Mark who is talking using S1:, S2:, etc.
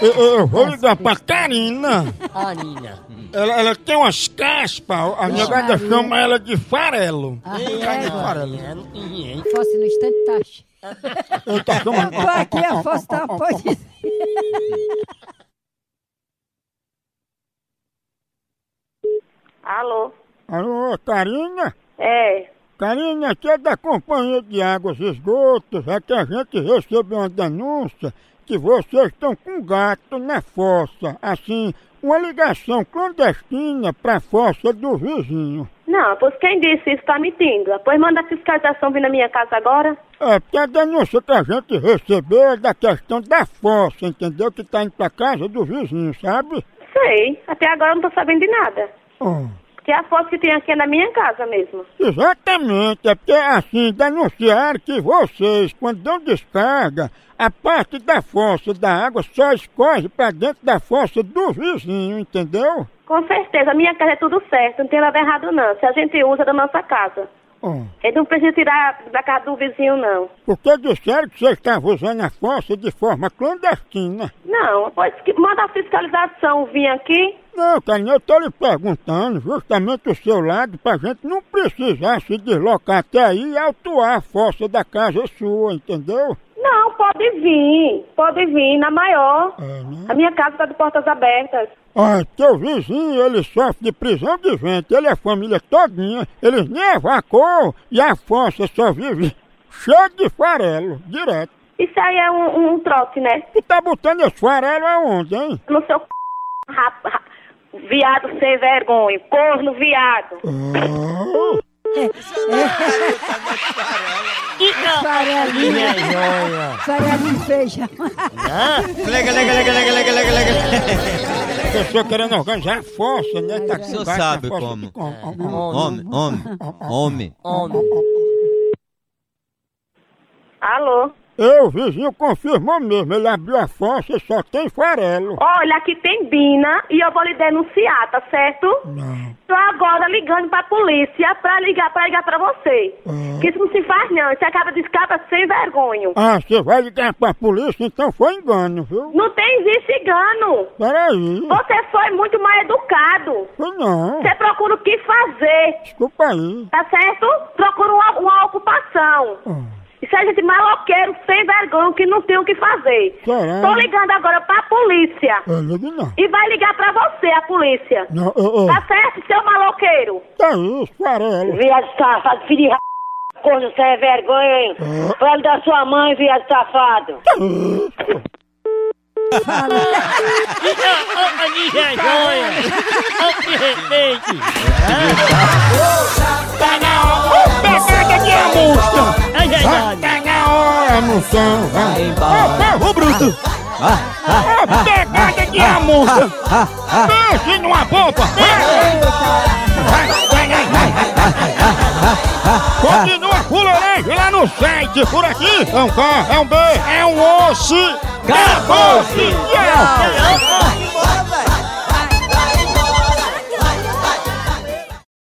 S1: Eu, eu- eu vou ligar pra Karina.
S2: Ah, Nina.
S1: Ela, ela tem umas caspas, a minha gata
S3: Maria.
S1: chama ela de farelo.
S3: Ah,
S1: Carne de
S3: é,
S1: farelo.
S2: É, não tem jeito.
S3: fosse no instante tá cheio.
S1: Eu tô chamando.
S3: Tô aqui, a fosse tá pode
S4: Alô?
S1: Alô, Karina?
S4: É,
S1: Karina, aqui é da Companhia de Águas e Esgotos, é que a gente recebeu uma denúncia que vocês estão com gato na fossa, assim, uma ligação clandestina para a fossa do vizinho.
S4: não, pois quem disse isso tá mentindo. Pois manda a fiscalização vir na minha casa agora.
S1: É, porque a denúncia que a gente recebeu é da questão da fossa, entendeu? Que tá indo pra casa do vizinho, sabe?
S4: Sei, até agora eu não tô sabendo de nada.
S1: Oh.
S4: Porque a foto que tem aqui é na minha casa mesmo.
S1: Exatamente, é porque assim denunciaram que vocês, quando dão descarga, a parte da fossa da água só escorre pra dentro da fossa do vizinho, entendeu?
S4: Com certeza, a minha casa é tudo certo, não tem nada errado não. Se a gente usa da nossa casa.
S1: Oh.
S4: Ele não precisa tirar da casa do vizinho, não.
S1: Porque disseram que vocês estavam usando a fossa de forma clandestina.
S4: Não, pois que manda a fiscalização vir aqui.
S1: Não, Karina, eu tô lhe perguntando justamente o seu lado pra gente não precisar se deslocar até aí e autuar a fossa da casa sua, entendeu?
S4: Não, pode vir, pode vir, na maior.
S1: É, né?
S4: A minha casa tá de portas abertas.
S1: Ah, teu vizinho, ele sofre de prisão de vento, ele é a família todinha, eles nem evacuam e a fossa só vive cheia de farelo, direto.
S4: Isso aí é um, um trote, né?
S1: Tu tá botando esse farelo aonde, hein?
S4: no seu c... rap- ra- viado sem vergonha, corno viado.
S1: Ah,
S3: farelinha. Farelinha e feijão.
S1: pessoa querendo organizar a fossa, né? Tá com
S5: senhor
S1: gato na
S5: sabe
S1: fossa
S5: como.
S1: de com-
S5: Homem, homem, homem.
S2: Homem.
S4: Alô?
S1: Eu, o vizinho confirmou mesmo, ele abriu a fossa e só tem farelo.
S4: Olha, aqui tem Bina e eu vou lhe denunciar, tá certo?
S1: Não.
S4: Tô agora ligando pra polícia pra ligar, pra ligar pra você.
S1: Ah.
S4: Que isso não se faz não, você acaba de escapa sem vergonha.
S1: Ah, você vai ligar pra polícia, então foi engano, viu?
S4: Não tem vice engano.
S1: Peraí.
S4: Você foi muito mal educado.
S1: Foi não.
S4: Você procura o que fazer,
S1: Desculpa aí.
S4: tá certo? Procura uma, uma ocupação.
S1: Ah,
S4: Isso é gente maloqueiro, sem vergonha, que não tem o que fazer.
S1: Caralho.
S4: Tô ligando agora pra polícia.
S1: eu ligo não.
S4: E vai ligar pra você, a polícia.
S1: Não, eu,
S4: Tá certo, seu maloqueiro?
S1: Tá isso, farelo.
S4: Viado safado, filho de r... Corno sem é vergonha, hein? Fale da sua mãe, viado safado.
S1: Tá isso.
S2: Homem de vergonha. Homem de respeito.
S1: Tá Pegada de amostra.
S2: É verdade.
S1: Tá na hora, moção. Vai embora. Ô, bruto. Ô, tá pegada de amostra. Pense numa bomba. Continua fuleiragem lá no site. Por aqui é um K, é um B, é um osso. Acabou-se. Tchau.